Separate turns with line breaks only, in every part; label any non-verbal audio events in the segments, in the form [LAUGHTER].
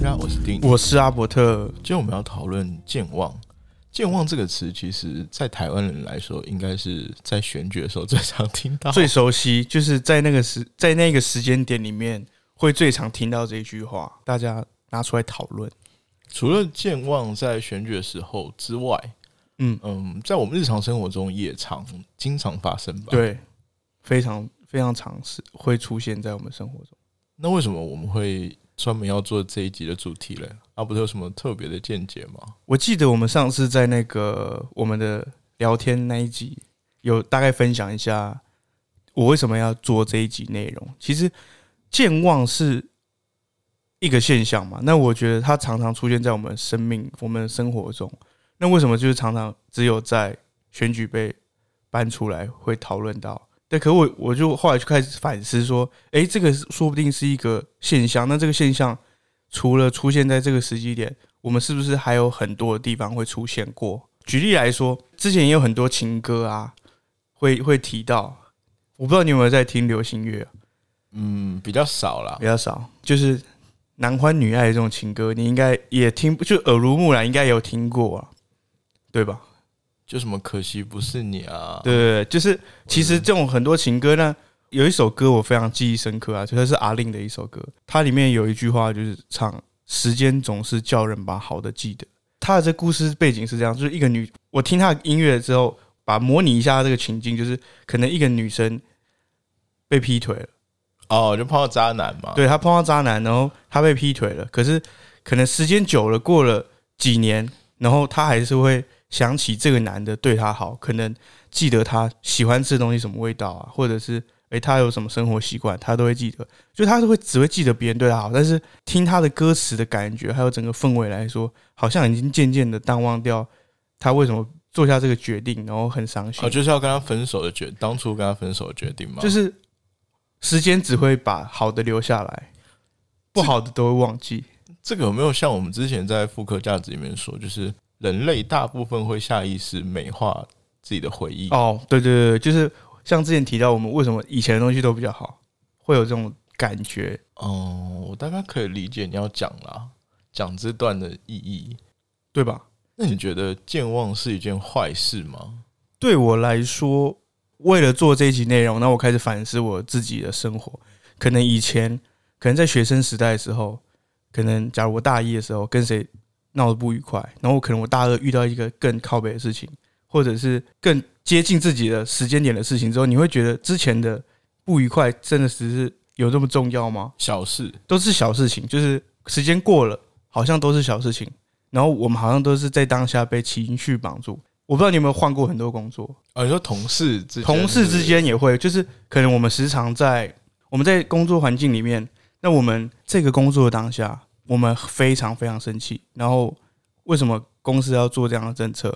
家，我是丁。
我是阿伯特，
今天我们要讨论“健忘”。健忘这个词，其实在台湾人来说，应该是在选举的时候最常听到。
[LAUGHS] 最熟悉就是在那个时，在那个时间点里面会最常听到这一句话，大家拿出来讨论。
除了健忘在选举的时候之外，
嗯，
嗯，在我们日常生活中也常经常发生吧。，
对，非常非常常是会出现在我们生活中。
那为什么我们会专门要做这一集的主题嘞？阿伯特有什么特别的见解吗？
我记得我们上次在那个我们的聊天那一集，有大概分享一下我为什么要做这一集内容。其实健忘是一个现象嘛，那我觉得它常常出现在我们生命、我们的生活中。那为什么就是常常只有在选举被搬出来会讨论到？对，可我我就后来就开始反思说，诶，这个说不定是一个现象。那这个现象除了出现在这个时机点，我们是不是还有很多地方会出现过？举例来说，之前也有很多情歌啊，会会提到，我不知道你有没有在听流行乐啊、
嗯，比较少啦
比。较少，就是男欢女爱这种情歌，你应该也听，就耳濡目染，应该有听过啊，对吧？
就什么可惜不是你啊，
对对对，就是其实这种很多情歌呢，有一首歌我非常记忆深刻啊，就它是阿令的一首歌，它里面有一句话就是唱“时间总是叫人把好的记得”。它的这故事背景是这样，就是一个女，我听她的音乐之后，把模拟一下这个情境，就是可能一个女生被劈腿了，
哦，就碰到渣男嘛。
对她碰到渣男，然后她被劈腿了，可是可能时间久了，过了几年，然后她还是会想起这个男的对她好，可能记得他喜欢吃的东西什么味道啊，或者是诶、他有什么生活习惯，他都会记得。就他是会只会记得别人对他好，但是听他的歌词的感觉，还有整个氛围来说，好像已经渐渐的淡忘掉他为什么做下这个决定，然后很伤心。
哦，就是要跟他分手的决，当初跟他分手的决定嘛。
就是时间只会把好的留下来，不好的都会忘记。
这个有没有像我们之前在复刻价值里面说，就是人类大部分会下意识美化自己的回忆？
哦，对对对，就是像之前提到，我们为什么以前的东西都比较好，会有这种感觉。
哦，我大概可以理解你要讲啦，讲这段的意义。
对吧？
那你觉得健忘是一件坏事吗？
对我来说，为了做这一集内容，那我开始反思我自己的生活。可能以前，可能在学生时代的时候，可能假如我大一的时候跟谁闹得不愉快，然后我可能我大二遇到一个更靠北的事情，或者是更接近自己的时间点的事情之后，你会觉得之前的不愉快真的只是有这么重要吗？
小事，
都是小事情，就是时间过了，好像都是小事情。然后我们好像都是在当下被情绪绑住。我不知道你有没有换过很多工作，
哦，你说同事之间
同事之
是
间也会，就是可能我们时常在我们在工作环境里面，那我们这个工作的当下，我们非常非常生气。然后为什么公司要做这样的政策？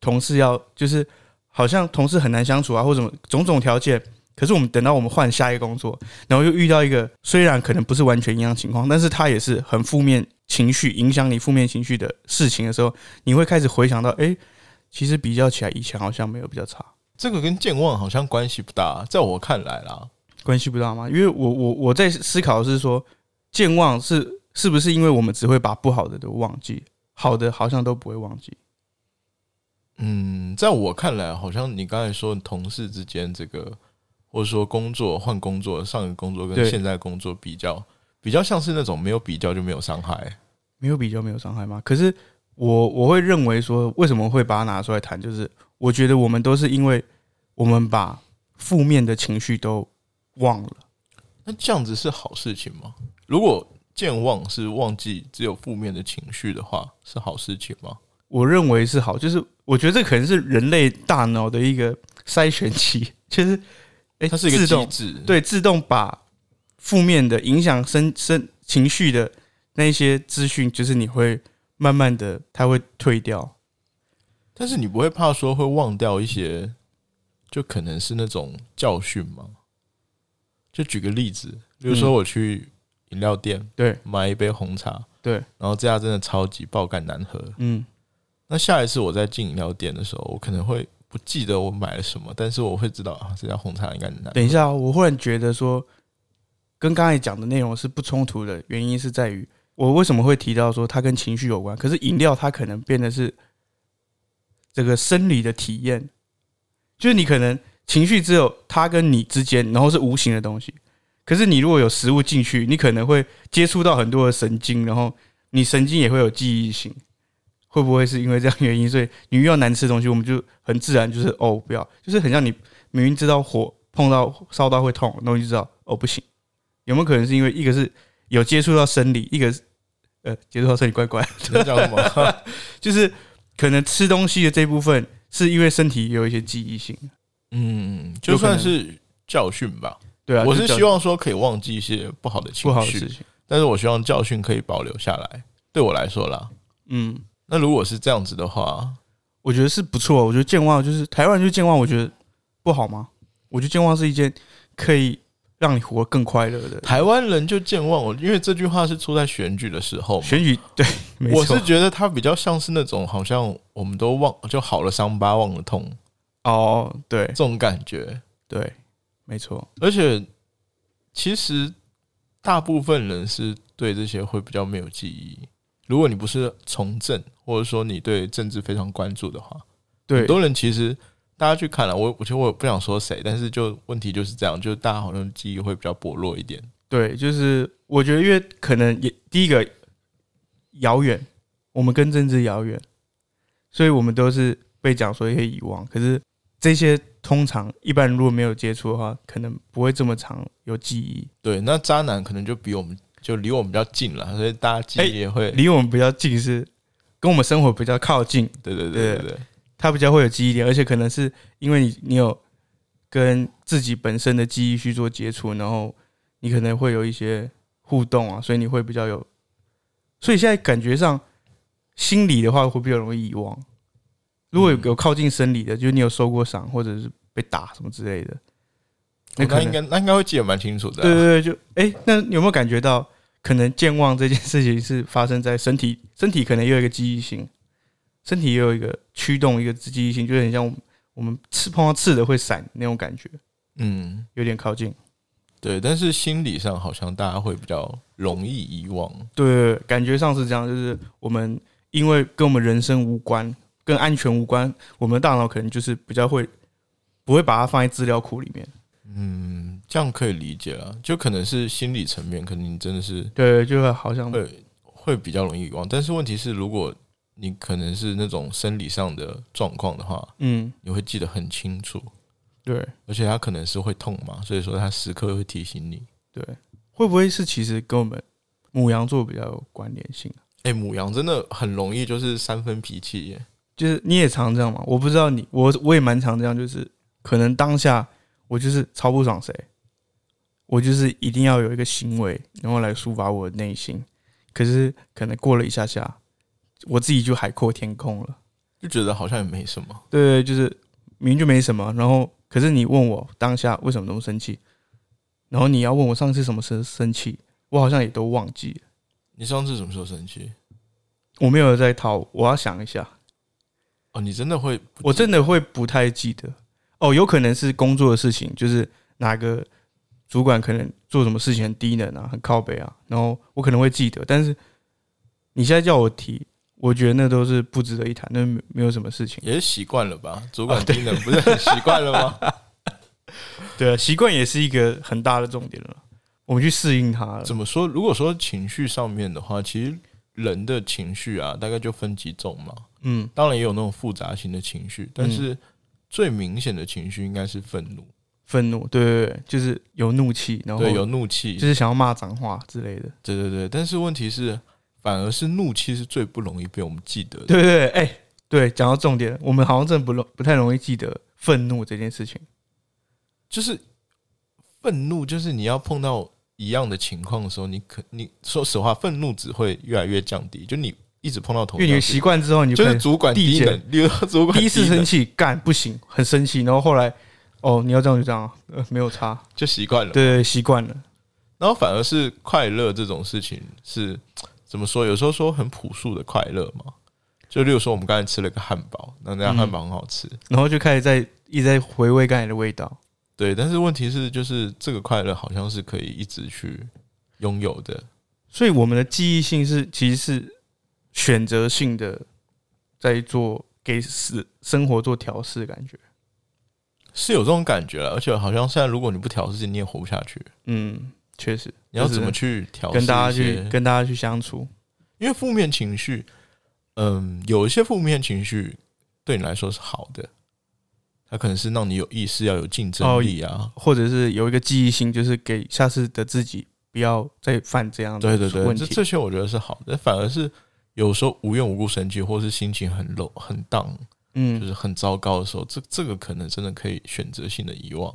同事要就是好像同事很难相处啊，或者什么种种条件。可是我们等到我们换下一个工作，然后又遇到一个虽然可能不是完全一样情况，但是它也是很负面情绪影响你负面情绪的事情的时候，你会开始回想到，哎、其实比较起来，以前好像没有比较差。
这个跟健忘好像关系不大，在我看来啦，
关系不大吗？因为我我我在思考的是说，健忘是是不是因为我们只会把不好的都忘记，好的好像都不会忘记。
嗯，在我看来，好像你刚才说同事之间这个，或者说工作换工作，上一个工作跟
对
现在工作比较，比较像是那种没有比较就没有伤害。
没有比较，没有伤害吗？可是我我会认为说，为什么会把它拿出来谈？就是我觉得我们都是因为我们把负面的情绪都忘了。
那这样子是好事情吗？如果健忘是忘记只有负面的情绪的话，是好事情吗？
我认为是好，就是我觉得这可能是人类大脑的一个筛选器，就是哎，
它是一个
自
机
动
制，，
对，自动把负面的影响生生情绪的那一些资讯，就是你会慢慢的，它会退掉。
但是你不会怕说会忘掉一些，就可能是那种教训吗？就举个例子，比如说
嗯
我去饮料店
对
买一杯红茶，
对，
然后这家真的超级爆干难喝。
嗯，
那下一次我在进饮料店的时候，我可能会不记得我买了什么，但是我会知道啊，这家红茶应该很难喝。
等一下哦，我忽然觉得说，跟刚才讲的内容是不冲突的，原因是在于我为什么会提到说它跟情绪有关？可是饮料它可能变得是这个生理的体验，就是你可能情绪只有它跟你之间，然后是无形的东西。可是你如果有食物进去，你可能会接触到很多的神经，然后你神经也会有记忆性。会不会是因为这样原因，所以你遇到难吃的东西，我们就很自然就是哦不要，就是很像你明明知道火碰到烧到会痛，然后你就知道哦不行。有没有可能是因为一个是有接触到生理，一个是呃接触到生理怪怪，
你在讲什么？
[LAUGHS] 就是可能吃东西的这部分是因为身体有一些记忆性，
[LAUGHS] 嗯，就算是教训吧。
对啊，
我是
就叫
希望说可以忘记一些不好的
不
情
好的事
绪，
情，
但是我希望教训可以保留下来。对我来说啦，
嗯，
那如果是这样子的话，
我觉得是不错。我觉得健忘就是台湾人就健忘，我觉得不好吗？我觉得健忘是一件可以让你活得更快乐的
台湾人就健忘我，因为这句话是出在选举的时候嘛。
选举，对，没
我
错
是觉得他比较像是那种好像我们都忘就好了伤疤忘了痛
哦，对
这种感觉，
对，没错，
而且其实大部分人是对这些会比较没有记忆。如果你不是从政，或者说你对政治非常关注的话，
对
很，多人其实大家去看了，我我其实我也不想说谁，但是就问题就是这样，就大家好像记忆会比较薄弱一点。
对，就是我觉得，因为可能也第一个遥远，我们跟政治遥远，所以我们都是被讲说一些遗忘。可是这些通常一般如果没有接触的话，可能不会这么长有记忆。
对，那渣男可能就比我们就离我们比较近了，所以大家记忆也会，
哎离我们比较近是跟我们生活比较靠近，
对对对对对，
它比较会有记忆点，而且可能是因为你你有跟自己本身的记忆去做接触，然后你可能会有一些互动啊，所以你会比较有，所以现在感觉上心理的话会比较容易遗忘。如果有
嗯
有靠近生理的，就是你有受过伤或者是被打什么之类的，那
哦
可
那
能
应该那应该会记得蛮清楚的、
对
啊。
对对，就哎、那有没有感觉到可能健忘这件事情是发生在身体， [LAUGHS] 身体可能也有一个记忆性，身体也有一个驱动一个记忆性，就是很像我们我们刺碰到刺的会闪那种感觉，
嗯，
有点靠近。
对，但是心理上好像大家会比较容易遗忘。
对对对，感觉上是这样，就是我们因为跟我们人生无关，跟安全无关，我们的大脑可能就是比较会不会把它放在资料库里面。
嗯，这样可以理解啊，就可能是心理层面，可能你真的是
对，就会好像
会会比较容易遗忘。但是问题是，如果你可能是那种生理上的状况的话，
嗯，
你会记得很清楚，
对
而且它可能是会痛嘛，所以说它时刻会提醒你。
对，会不会是其实跟我们母羊座比较有关联性？
哎、母羊真的很容易就是三分脾气耶，
就是你也常这样嘛？我不知道你，我我也蛮常这样，就是可能当下我就是超不爽谁，我就是一定要有一个行为，然后来抒发我的内心。可是可能过了一下下，我自己就海阔天空了。
就觉得好像也没什么。
对，就是明明就没什么，然后可是你问我当下为什么那么生气，然后你要问我上次什么时候生气，我好像也都忘记了。
你上次什么时候生气？
我没有在逃，我要想一下。
哦，你真的会不记
我真的会不太记得哦，有可能是工作的事情，就是哪个主管可能做什么事情很低能啊，很靠北啊，然后我可能会记得，但是你现在叫我提，我觉得那都是不值得一谈，那没没有什么事情。
也是习惯了吧？主管
啊对
低能不是很习惯了吗？
对啊，习惯也是一个很大的重点了，我们去适应它了。
怎么说？如果说情绪上面的话，其实人的情绪啊，大概就分几种嘛。
嗯，
当然也有那种复杂型的情绪，但是最明显的情绪应该是愤怒，
愤怒，对对对，就是有怒气，然后
对，有怒气，
就是想要骂脏话之类的。
对对对。但是问题是，反而是怒气是最不容易被我们记得的。
对对对，哎、对，讲到重点了，我们好像真的不容不太容易记得愤怒这件事情。
就是愤怒，就是你要碰到一样的情况的时候，你可你说实话，愤怒只会越来越降低。就你一直碰到同
因
样
为你
的
的习惯之后，你
就
开
是
始
主管
递
低
减
能， [LAUGHS] 例如说主管
第一次
低能
生气干不行，很生气，然后后来哦，你要这样就这样啊，呃，没有差，
就习惯了，
对，习惯了，
然后反而是快乐这种事情是怎么说？有时候说很朴素的快乐嘛，就例如说我们刚才吃了个汉堡，那那家
嗯
汉堡很好吃，
然后就开始在一直在回味刚才的味道，
对。但是问题是，就是这个快乐好像是可以一直去拥有的，
所以我们的记忆性是其实是选择性的在做给死生活做调试，感觉，
是有这种感觉了，而且好像现在如果你不调试，你也活不下去。
嗯，确实，
你要
就是
怎么去调试？
跟大家去跟大家去相处？
因为负面情绪，嗯，有一些负面情绪对你来说是好的，它可能是让你有意识要有竞
哦
争力啊。
或者是有一个记忆性，就是给下次的自己不要再犯这样的
对对对，
问
这
题。
这些我觉得是好的，反而是有时候无缘无故生气，或是心情很 low、很 down，就
嗯，
是很糟糕的时候，这这个可能真的可以选择性的遗忘。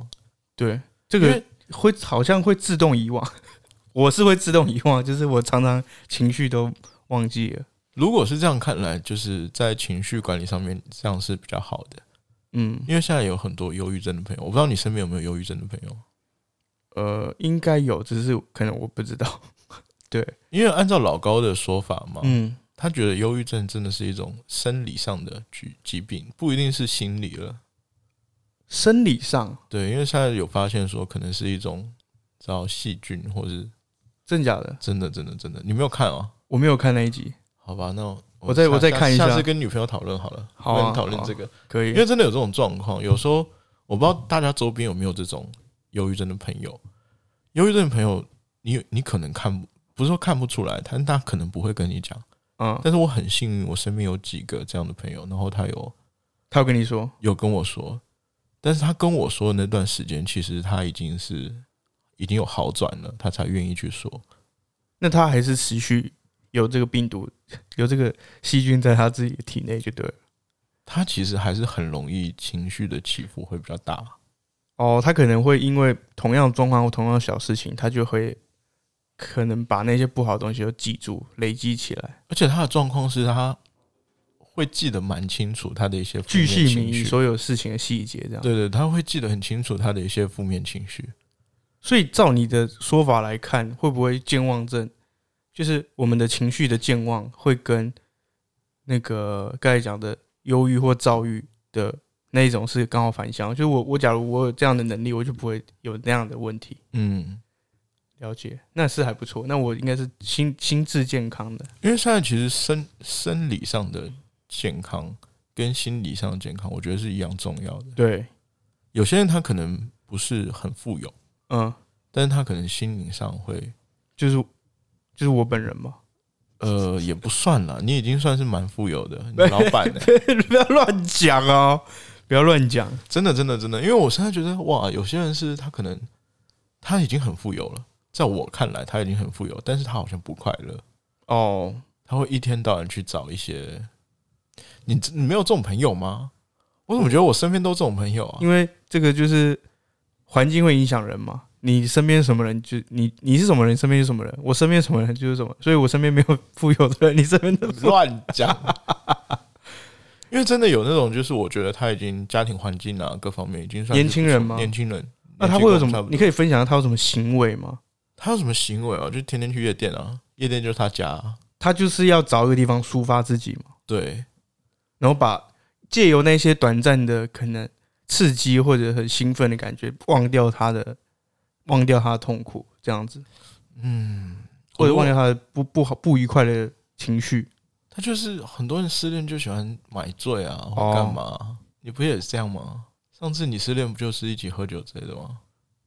对，这
因
个
为
会好像会自动遗忘， [LAUGHS] 我是会自动遗忘，就是我常常情绪都忘记了。
如果是这样看来，就是在情绪管理上面这样是比较好的，
嗯，
因为现在有很多忧郁症的朋友，我不知道你身边有没有忧郁症的朋友。
呃，应该有，只是可能我不知道。 [LAUGHS] 对，
因为按照老高的说法嘛，
嗯，
他觉得忧郁症真的是一种生理上的疾疾病，不一定是心理了。
生理上
对，因为现在有发现说，可能是一种叫细菌，或是
真假的，
真的真的真的，你没有看啊？
我没有看那一集，
好吧，那我
我再
下
我再看一下
下次跟女朋友讨论好了，
好啊
跟你讨论这个，
可以
因，为真的有这种状况。有时候我不知道大家周边有没有这种忧郁症的朋友，忧郁症的朋友，你你可能看不不是说看不出来，但他可能不会跟你讲。
嗯，
但是我很幸运，我身边有几个这样的朋友，然后他有
他有跟你说，
有跟我说，但是他跟我说的那段时间，其实他已经是已经有好转了，他才愿意去说。
那他还是持续有这个病毒，有这个细菌在他自己的体内就对了。
他其实还是很容易情绪的起伏会比较大，
哦，他可能会因为同样的状况或同样的小事情，他就会可能把那些不好的东西都记住，累积起来，
而且他的状况是他会记得蛮清楚他的一些负
巨
面
细靡
情
遗
绪，
所有事情的细节，这样。
对对，他会记得很清楚他的一些负面情绪。
所以照你的说法来看，会不会健忘症，就是我们的情绪的健忘，会跟那个刚才讲的忧郁或躁郁的那一种是刚好反向？就是我我假如我有这样的能力，我就不会有那样的问题。
嗯，
了解，那是还不错。那我应该是心心智健康的。
因为现在其实生生理上的健康跟心理上的健康，我觉得是一样重要的。
[LAUGHS] 对，
有些人他可能不是很富有。
嗯，
但是他可能心灵上会，
就是就是我本人 [LAUGHS] 嘛。
呃，也不算啦，你已经算是蛮富有的，你
[LAUGHS]
老板呢、
不要乱讲哦，不要乱讲。
真的，真的，真的，因为我现在觉得，哇，有些人是他可能他已经很富有了，在我看来他已经很富有，但是他好像不快乐，
哦，
他会一天到晚去找一些，你你没有这种朋友吗？我怎么觉得我身边都这种朋友啊？
因为这个就是环境会影响人嘛。你身边什么人就你你是什么人，身边就什么人。我身边什么人就是什么，所以我身边没有 [LAUGHS] 富有的人，你身边的
乱讲。 [LAUGHS] 因为真的有那种，就是我觉得他已经家庭环境啊各方面已经算是
年轻人
不错
吗
年轻人，
那他会有什
年纪跟我差
么
不？多
你可以分享他有什么行为吗？
他有什么行为啊？就天天去夜店啊，夜店就是他家、啊。
他就是要找一个地方抒发自己嘛，
对，
然后把借由那些短暂的可能刺激或者很兴奋的感觉，忘掉他的忘掉他的痛苦，这样子，
嗯，
或者忘
我
掉他的不不好不愉快的情绪。
他就是很多人失恋就喜欢买醉啊，或干嘛啊、你不也是这样吗？上次你失恋不就是一起喝酒之类的吗？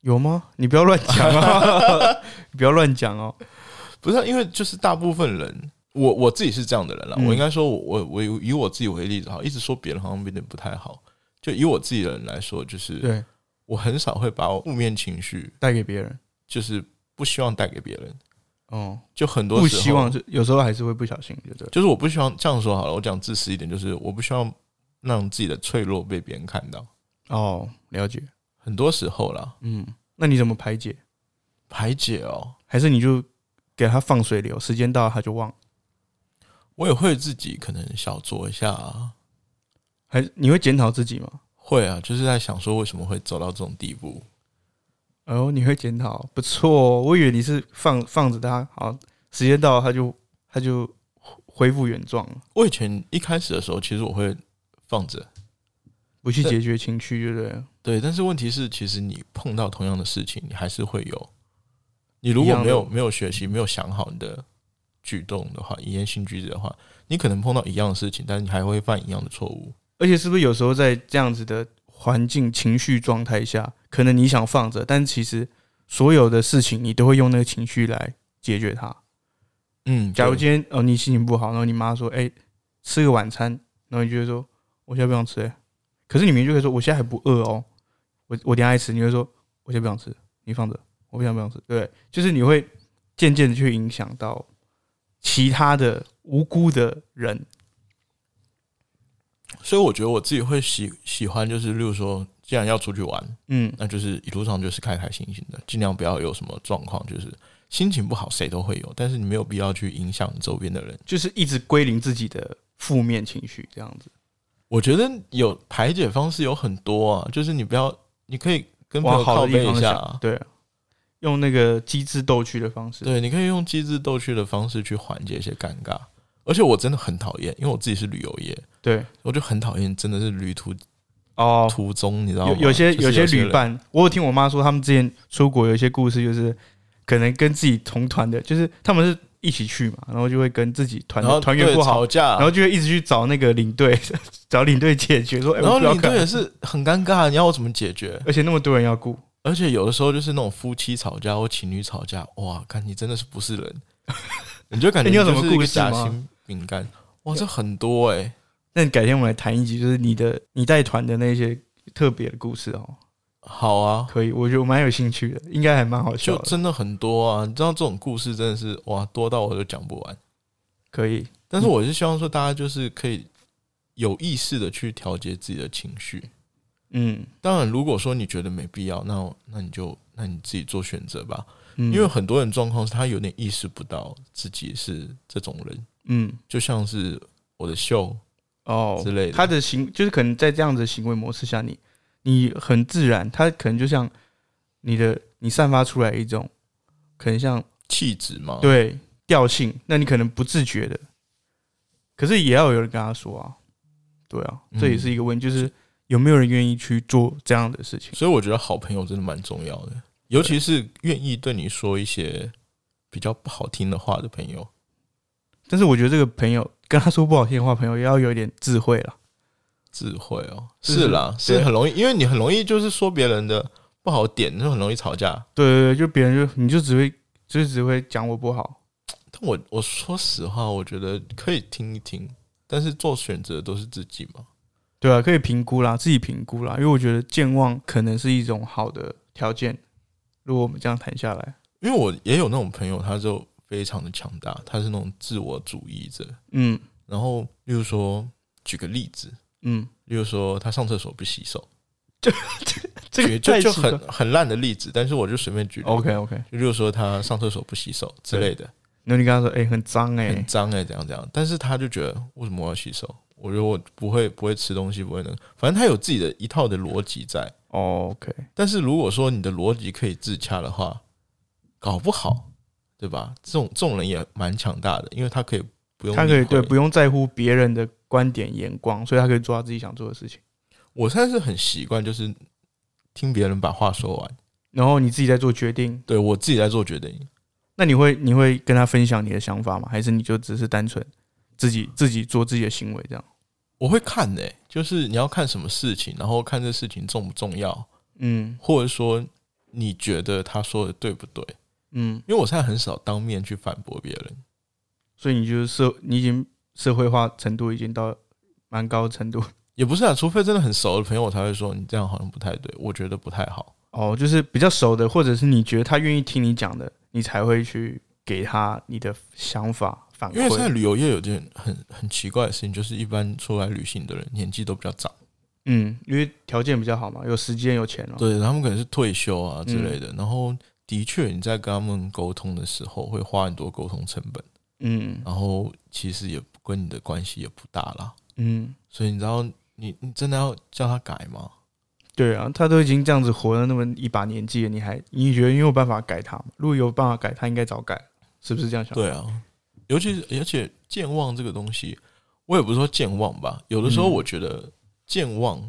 有吗？你不要乱讲啊！ [LAUGHS] 你不要乱讲哦。
不是啊、因为就是大部分人，我我自己是这样的人啦。
嗯
我应该说我，我我以我自己为例子哈，一直说别人好像有点不太好。就以我自己的人来说，就是
对，
我很少会把我负面情绪，
带给别人。
就是不希望带给别人。
哦，
就很多
不
时候
希望是有时候还是会不小心，对不对？
就是我不希望这样说好了，我讲自私一点，就是我不希望让自己的脆弱被别人看到。
哦，了解。
很多时候啦，
嗯，那你怎么排解？
排解哦，
还是你就给他放水流，时间到了他就忘？
我也会自己可能小酌一下、啊，
还是你会检讨自己吗？
会啊，就是在想说为什么会走到这种地步。
哦，你会检讨，不错、哦。我以为你是放放着他，好，时间到了他就他就恢复原状了，
我以前一开始的时候，其实我会放着，
不去解决情绪，对不对了？
对，但是问题是，其实你碰到同样的事情，你还是会有，你你如
一
果
样的
没有没有学习，没有想好你的举动的话，以言行举止的话，你可能碰到一样的事情，但你还会犯一样的错误。
而且是不是有时候在这样子的环境、情绪状态下，可能你想放着，但其实所有的事情你都会用那个情绪来解决它。
嗯，
假如
对
今天哦你心情不好，然后你妈说：“哎、吃个晚餐。”然后你就会说：“我现在不想吃、欸。”可是你明明就可以说：“我现在还不饿哦，我我等一下爱吃。”你会说：“我现在不想吃，你放着，我不想不想吃。”对，就是你会渐渐的去影响到其他的无辜的人。
所以我觉得我自己会喜喜欢，就是例如说，既然要出去玩，
嗯，
那就是一路上就是开开心心的，尽量不要有什么状况，就是心情不好谁都会有，但是你没有必要去影响周边的人。
就是一直归零自己的负面情绪，这样子。
我觉得有排解方式有很多啊，就是你不要，你可以跟朋
往
友
好
靠
的地
背一
方
下
想
啊，，
对，用那个机智逗趣的方式。
对，你可以用机智逗趣的方式去缓解一些尴尬。而且我真的很讨厌，因为我自己是旅游业，
对
我就很讨厌真的是旅途
哦，
途中，你知道吗
有？有些
就是
有些旅
人，
伴，我有听我妈说，他们之前出国有一些故事，就是可能跟自己同团的，就是他们是一起去嘛，然后就会跟自己团
然后
团员
对
不好，
吵架，
然后就会一直去找那个领队， [LAUGHS] 找领队解决说，哎、
然后
我不要
领队
看，
也是很尴尬，你要我怎么解决？
而且那么多人要顾，
而且有的时候就是那种夫妻吵架或情侣吵架，哇，看你真的是不是人，你就感觉
[LAUGHS] 哎你有什
就
么
是一
故
个
事
夹
吗
心饼干，哇，这很多哎、
那你改天我们来谈一集，就是你的你带团的那些特别的故事哦，
好啊，
可以，我觉得我蛮有兴趣的，应该还蛮好笑
就
的，
真的很多啊，你知道这种故事真的是哇多到我都讲不完。
可以。
但是我是希望说大家就是可以有意识的去调节自己的情绪。
嗯，
当然，如果说你觉得没必要，那那你就那你自己做选择吧。
因
因为很多人状况是他有点意识不到自己是这种人，
嗯
就像是我的秀
哦
之类的。
他的行就是可能在这样子的行为模式下，你你很自然，他可能就像你的你散发出来一种可能像
气质嘛，，
对调性，那你可能不自觉的，可是也要有人跟他说啊，对啊，
嗯
这也是一个问题，就是有没有人愿意去做这样的事情？
所以我觉得好朋友真的蛮重要的，尤其是愿意对你说一些比较不好听的话的朋友。
但是我觉得这个朋友跟他说不好听的话，朋友也要有一点智慧了。
智慧哦，
就是
是啦，
对
是很容易，因为你很容易就是说别人的不好点，就很容易吵架。
对对对，就别人就你就只会就只会讲我不好，
但我我说实话，我觉得可以听一听，但是做选择都是自己嘛。
对啊，可以评估啦，自己评估啦，因为我觉得健忘可能是一种好的条件。如果我们这样谈下来，
因为我也有那种朋友，他就非常的强大，他是那种自我主义者。
嗯
然后，例如说，举个例子，
嗯，
例如说他上厕所不洗手，
这个
就
太
就
奇
很
怪
很烂的例子，但是我就随便举例。
OK OK。
就例如说他上厕所不洗手之类的，
那你跟他说，哎、很脏哎、
很脏哎、怎样怎样，但是他就觉得为什么我要洗手？我觉得我不会不会吃东西，不会那个，反正他有自己的一套的逻辑在。
o k
但是如果说你的逻辑可以自洽的话，搞不好，对吧？这种这种人也蛮强大的，因为他可以不用
他可以
理会
对不用在乎别人的观点眼光，所以他可以做他自己想做的事情。
我现在是很习惯，就是听别人把话说完，
然后你自己在做决定，
对我自己在做决定。
那你会你会跟他分享你的想法吗？还是你就只是单纯自己自己做自己的行为这样？
我会看的、就是你要看什么事情，然后看这事情重不重要，
嗯
或者说你觉得他说的对不对。
嗯，
因为我现在很少当面去反驳别人，
所以你就是社，你已经社会化程度已经到蛮高的程度
也不是啊，除非真的很熟的朋友，我才会说你这样好像不太对，我觉得不太好。
哦，就是比较熟的，或者是你觉得他愿意听你讲的，你才会去给他你的想法反
因为现在
馈。
旅游业有件很很奇怪的事情，就是一般出来旅行的人年纪都比较长，
嗯，因为条件比较好嘛，有时间有钱了。
对，他们可能是退休啊之类的。然后的确，你在跟他们沟通的时候会花很多沟通成本，
嗯
然后其实也跟你的关系也不大啦。
嗯，
所以你知道，你你真的要叫他改吗？
对啊，他都已经这样子活了那么一把年纪了，你还你觉得你有办法改他吗？如果有办法改，他应该早改，是不是这样想？
对啊，尤其是而且健忘这个东西，我也不是说健忘吧，有的时候
嗯
我觉得健忘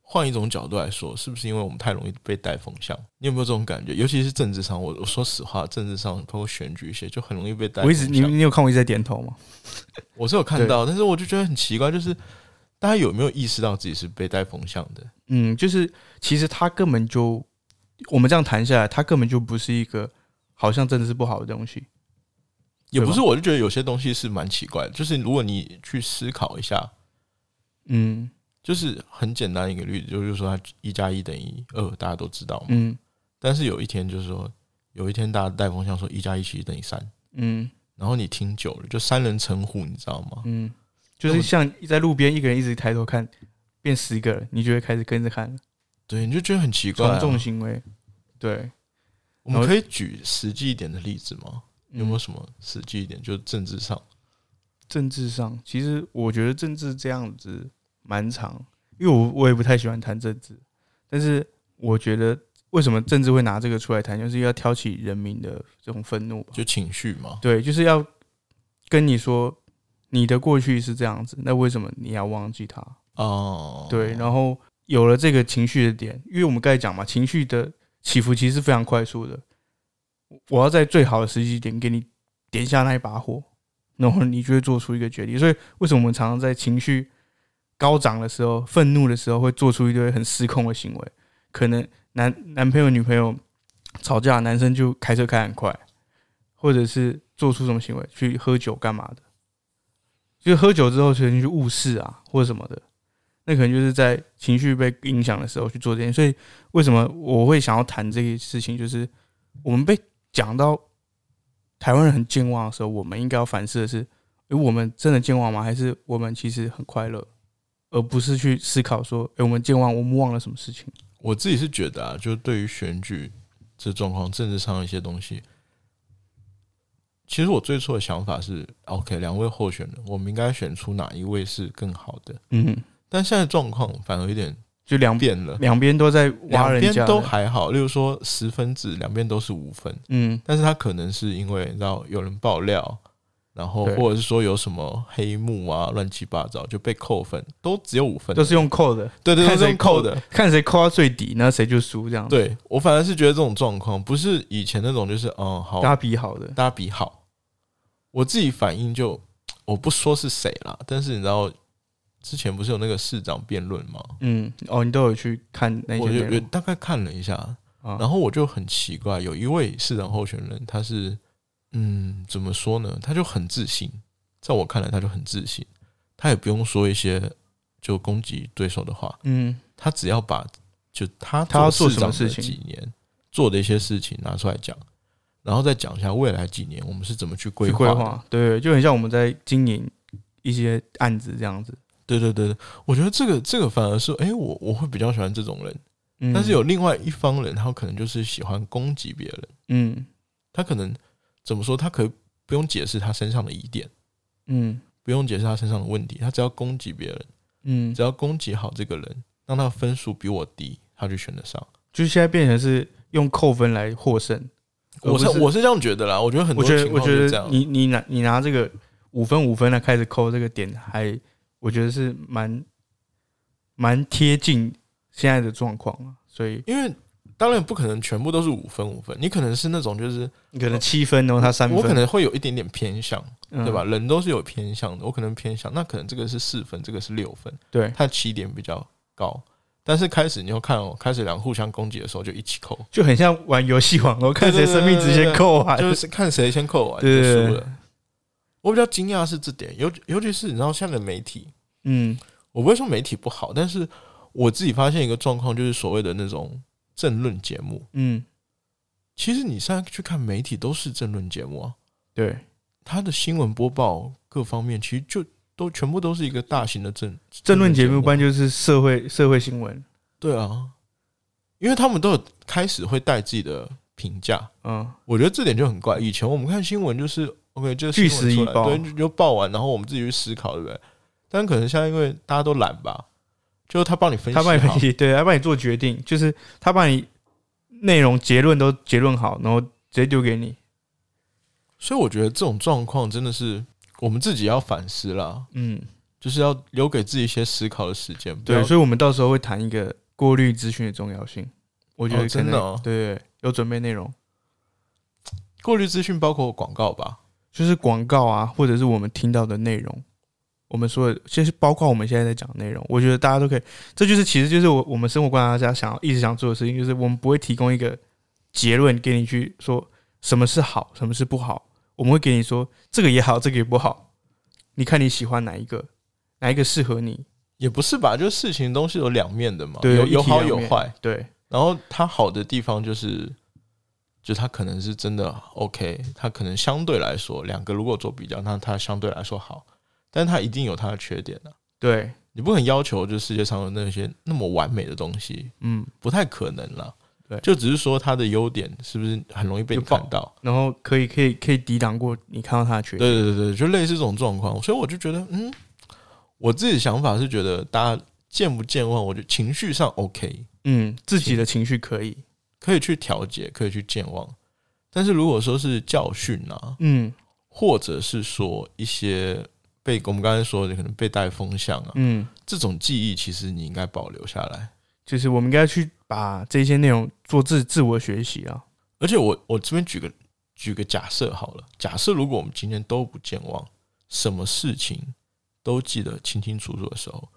换一种角度来说，是不是因为我们太容易被带风向？你有没有这种感觉？尤其是政治上，我我说实话，政治上包括选举一些，就很容易被带
我
风
一
向。
直你你有看我一直在点头吗？
我是有看到，但是我就觉得很奇怪，就是大家有没有意识到自己是被带风向的？
嗯，就是其实他根本就，我们这样谈下来，他根本就不是一个好像政治不好的东西。
也不
对吧
是，我就觉得有些东西是蛮奇怪的，就是如果你去思考一下，
嗯
就是很简单一个例子，就是说它一加一等于二，大家都知道嘛。
嗯
但是有一天就是说，有一天大家带风向说一加一其实等于三，
嗯
然后你听久了就三人成虎，你知道吗？
嗯，就是像在路边一个人一直抬头看，变十个人，你就会开始跟着看了，
对，你就觉得很奇怪、
从
啊。
众行为。对，
我们可以举实际一点的例子吗？
嗯
有没有什么实际一点？就是政治上，
政治上，其实我觉得政治这样子蛮长，因为我我也不太喜欢谈政治，但是我觉得为什么政治会拿这个出来谈，就是要挑起人民的这种愤怒吧。
就情绪嘛。
对，就是要跟你说你的过去是这样子，那为什么你要忘记它？
哦、
对，然后有了这个情绪的点，因为我们刚才讲嘛，情绪的起伏其实是非常快速的。我要在最好的时机点给你点下那一把火，然后你就会做出一个决定。所以为什么我们常常在情绪高涨的时候、愤怒的时候，会做出一堆很失控的行为？可能男男朋友、女朋友吵架，男生就开车开很快，或者是做出什么行为去喝酒干嘛的？就是喝酒之后，可能去误事啊，或者什么的。那可能就是在情绪被影响的时候去做这件事。所以为什么我会想要谈这个事情，就是我们被讲到台湾人很健忘的时候，我们应该要反思的是：诶，我们真的健忘吗？还是我们其实很快乐，而不是去思考说：诶，我们健忘，我们忘了什么事情？
我自己是觉得啊，就对于选举这状况，政治上的一些东西，其实我最初的想法是，OK，两位候选人，我们应该选出哪一位是更好的？
嗯，
但现在状况反而有点
就两边
变了，
两边都在挖
两
人
边
家的，
都还好，例如说十分制，两边都是五分，
嗯
但是他可能是因为你知道有人爆料，然后
对
或者是说有什么黑幕啊，乱七八糟就被扣分，都只有五分，
都是用扣的，
对对
看
对，都
谁
是扣
扣
的。
看谁扣到最底，那谁就输这样子。
对我反而是觉得这种状况不是以前那种，就是嗯好，
大家比好的，
大家比好。我自己反应就我不说是谁啦，但是你知道之前不是有那个市长辩论吗？
嗯，哦，你都有去看那些
我就
内
有
容
大概看了一下，
啊
然后我就很奇怪，有一位市长候选人，他是嗯怎么说呢？他就很自信，在我看来他就很自信，他也不用说一些就攻击对手的话，
嗯，
他只要把就他
他要做
市
什
长
么
的
事情
几年做的一些事情拿出来讲，然后再讲一下未来几年我们是怎么去规
去规
划的。
划，对，就很像我们在经营一些案子这样子。
对对对对，我觉得这个这个反而是，哎、我我会比较喜欢这种人，
嗯
但是有另外一方人，他可能就是喜欢攻击别人，
嗯
他可能怎么说，他可以不用解释他身上的疑点，
嗯
不用解释他身上的问题，他只要攻击别人，
嗯，
只要攻击好这个人，让他的分数比我低，他就选得上。
就是现在变成是用扣分来获胜。而
我是
不是
我是这样觉得啦，我觉得很
我
多
觉得
情
我
况就
觉
是这
得
样。
你你拿你拿这个五分五分来开始扣这个点，还我觉得是蛮蛮贴近现在的状况啊。所以
因为当然不可能全部都是五分五分，你可能是那种就是
你可能呃七分，然后他三分，嗯
我可能会有一点点偏向，
能
对吧？？人都是有偏向的，我可能偏向，那可能这个是四分，这个是六分，
对，
它的起点比较高。但是开始你要看哦，开始两个互相攻击的时候就一起扣，
就很像玩游戏网络，看
对
谁
对
生命值先扣完。
就是看谁先扣完
啊
就
对对对
输了。我比较惊讶的是这点，尤尤其是你知道现在的媒体，
嗯
我不会说媒体不好，但是我自己发现一个状况，就是所谓的那种政论节目。
嗯，
其实你现在去看媒体都是政论节目啊，
对，
它的新闻播报各方面其实就都全部都是一个大型的政
政论节目，
啊
不然就是社会社会新闻。
对啊，因为他们都有开始会带自己的评价，
嗯，
我觉得这点就很怪。以前我们看新闻就是 OK，就是
据
新闻出
实以
来
报
对，就就报完，然后我们自己去思考，对不对？但可能现在因为大家都懒吧，就是他帮你分析
他
好，
帮你分析， [LAUGHS] 对，他帮你做决定，就是他帮你内容结论都结论好，然后直接丢给你。
所以我觉得这种状况真的是我们自己要反思啦，
嗯，
就是要留给自己一些思考的时间。不
对，
要
所以我们到时候会谈一个过滤资讯的重要性。我觉得
哦真的
可能
哦
对对，有准备内容，
过滤资讯包括广告吧，
就是广告啊，或者是我们听到的内容，我们说的，其实包括我们现在在讲的内容，我觉得大家都可以，这就是其实就是我我们生活观察家想要一直想做的事情，就是我们不会提供一个结论给你去说什么是好，什么是不好，我们会给你说这个也好，这个也不好，你看你喜欢哪一个，哪一个适合你，
也不是吧？就事情东西有两面的嘛，
对
有
一体
有好
两
有
面
坏。
对
然后它好的地方就是，就它可能是真的 OK，它可能相对来说两个如果做比较，那它相对来说好，但它一定有它的缺点的、
对，
你不可能要求就世界上有那些那么完美的东西，
嗯，
不太可能啦。
对
就只是说它的优点是不是很容易被你
有看
看到？
然后可以可以可以抵挡过你看到他的缺点，
对对对对，就类似这种状况，所以我就觉得，嗯，我自己的想法是觉得大家健不健忘，我觉得情绪上 OK，
嗯，自己的情绪可以，
可以去调节，可以去健忘。但是如果说是教训啊，
嗯
或者是说一些被我们刚才说的可能被带风向啊，
嗯。
这种记忆其实你应该保留下来。
就是我们应该去把这些内容做自自我学习啊。
而且我我这边举个举个假设好了，假设如果我们今天都不健忘，什么事情都记得清清楚楚的时候，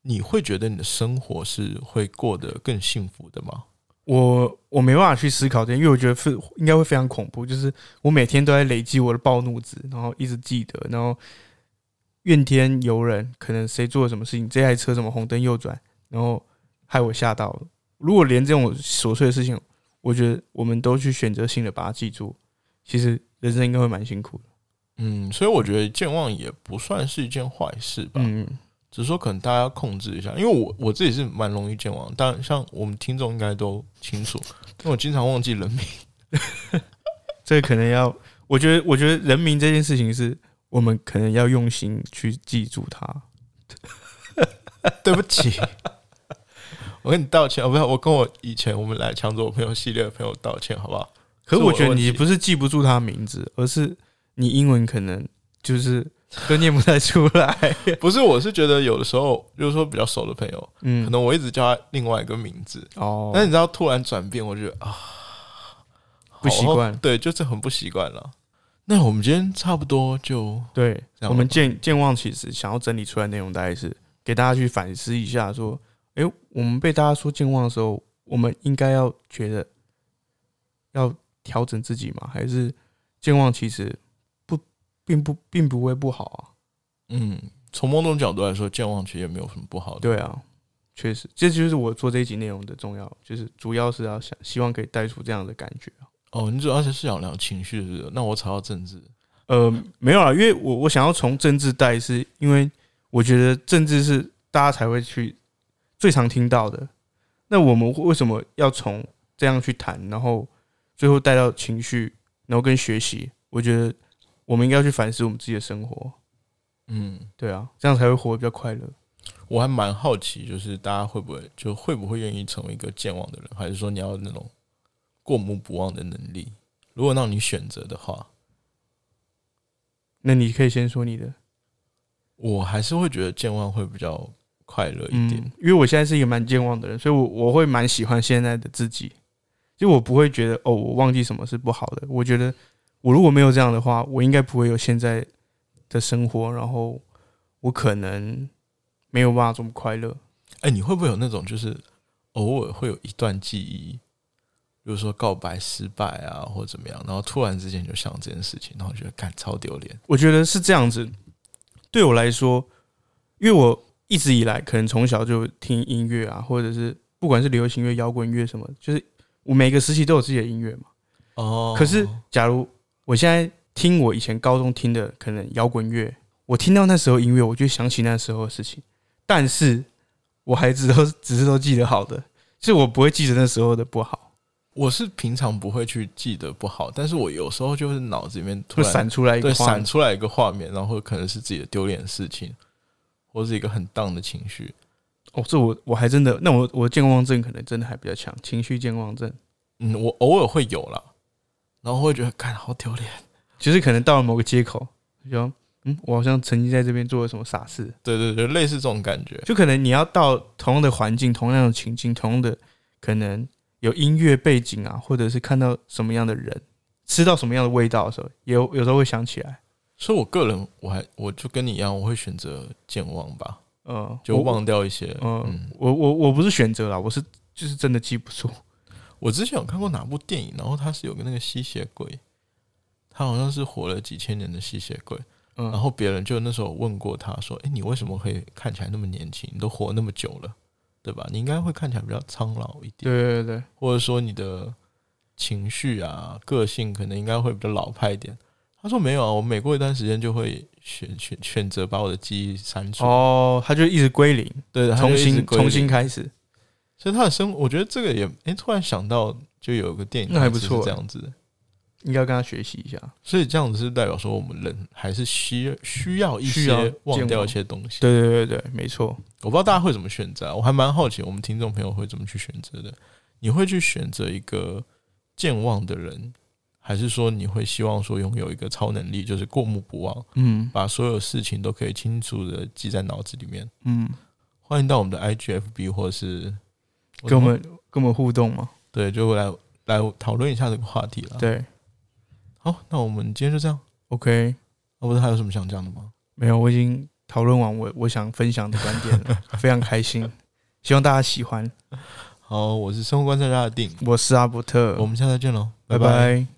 你会觉得你的生活是会过得更幸福的吗？
我我没办法去思考这些，因为我觉得非应该会非常恐怖。就是我每天都在累积我的暴怒值，然后一直记得，然后怨天尤人，可能谁做了什么事情，这台车怎么红灯右转，然后害我吓到了。如果连这种琐碎的事情，我觉得我们都去选择性的把它记住，其实人生应该会蛮辛苦的。
嗯，所以我觉得健忘也不算是一件坏事吧。
嗯，
只是说可能大家要控制一下，因为我我自己是蛮容易健忘，当然像我们听众应该都清楚，因为我经常忘记人名。 [LAUGHS]
这个可能要，我觉得，我觉得人名这件事情是我们可能要用心去记住它。
对不起，我跟你道歉，哦，不是，我跟我以前我们来抢走我朋友系列的朋友道歉，好不 [LAUGHS] 好？
可是
是我
我觉得
我
你
记
不是记不住他名字，而是你英文可能就是都念不太出
[LAUGHS]
来。
不是，我是觉得有的时候，就是说比较熟的朋友，可
嗯，
能我一直叫他另外一个名字，
哦，
但你知道突然转变，我觉得啊，
不习惯
好对，就是很不习惯了。那我们今天差不多就
对，
这样
我们
吧
健健忘其实想要整理出来的内容，大概是给大家去反思一下，说，诶，我们被大家说健忘的时候，我们应该要觉得要调整自己吗？还是健忘其实不并不并不会不好啊？
嗯，从某种角度来说，健忘其实也没有什么不好的。
对啊，确实，这就是我做这一集内容的重要，就是主要是要想希望可以带出这样的感觉啊。
哦，你主要是想聊情绪，是不是？那我查到政治，
呃，没有啊，因为我我想要从政治带，是因为我觉得政治是大家才会去最常听到的。那我们为什么要从这样去谈，然后最后带到情绪，然后跟学习？我觉得我们应该要去反思我们自己的生活，
嗯，
对啊，这样才会活得比较快乐。
我还蛮好奇，就是大家会不会就会不会愿意成为一个健忘的人，还是说你要那种过目不忘的能力？如果让你选择的话，
那你可以先说你的，
我还是会觉得健忘会比较快乐一点。
嗯，因为我现在是一个蛮健忘的人，所以我我会蛮喜欢现在的自己，就我不会觉得哦，我忘记什么是不好的。我觉得我如果没有这样的话，我应该不会有现在的生活，然后我可能没有办法这么快乐。
哎、你会不会有那种就是偶尔会有一段记忆，比如说告白失败啊，或怎么样，然后突然之间就想这件事情，然后觉得干超丢脸。
我觉得是这样子，对我来说，因为我一直以来可能从小就听音乐啊，或者是不管是流行乐、摇滚乐什么，就是我每个时期都有自己的音乐嘛。
哦
可是，假如我现在听我以前高中听的可能摇滚乐，我听到那时候音乐，我就想起那时候的事情，但是我还只都只是都记得好的，就是我不会记得那时候的不好，
我是平常不会去记得不好，但是我有时候就是脑子里面突
会
然
闪出来一
对，
个画
闪
面。
出来一个画面，然后可能是自己的丢脸的事情，或是一个很荡的情绪。
哦，这我我还真的，那我我健忘症可能真的还比较强，情绪健忘症，
嗯，我偶尔会有啦，然后会觉得，看好丢脸。
就是可能到了某个街口，就说嗯，我好像曾经在这边做了什么傻事，
[LAUGHS] 对对对，类似这种感觉。
就可能你要到同样的环境、同样的情境、同样的可能有音乐背景啊，或者是看到什么样的人，吃到什么样的味道的时候，有有时候会想起来，
所以我个人我还我就跟你一样，我会选择健忘吧，
呃，
就
我
忘掉一些。
呃
嗯，
我我我不是选择啦，我是就是真的记不住。
我之前有看过哪部电影，然后它是有个那个吸血鬼，他好像是活了几千年的吸血鬼，
嗯，
然后别人就那时候问过他说：“哎、你为什么可以看起来那么年轻？你都活那么久了，对吧？你应该会看起来比较苍老一点，
对对对，
或者说你的情绪啊、个性可能应该会比较老派一点。”他说：“没有啊，我每过一段时间就会选选选择把我的记忆删除，
哦，他就一直归零，
对，他就
重
一直
新
归零
重新开始。
所以他的生，我觉得这个也，哎、突然想到就有个电影，
那还不错
这样子。
应该跟他学习一下。
所以这样子是代表说，我们人还是需需要一
需要
些
健
忘掉
忘
一些东西。
对对对对，没错。
我不知道大家会怎么选择、啊，我还蛮好奇我们听众朋友会怎么去选择的。你会去选择一个健忘的人，还是说你会希望说拥有一个超能力，就是过目不忘，
嗯
把所有事情都可以清楚的记在脑子里面？
嗯，
欢迎到我们的 IGFB 或是
跟我们跟我们互动嘛。
对，就来来讨论一下这个话题了。
对
好，那我们今天就这样。
，OK，
啊，不是还有什么想讲的吗？
没有，我已经讨论完我我想分享的观点了，非常开心，希望大家喜欢。
好，我是生活观察家的定，
我是阿伯特
我，们下次再见喽，
嗯拜拜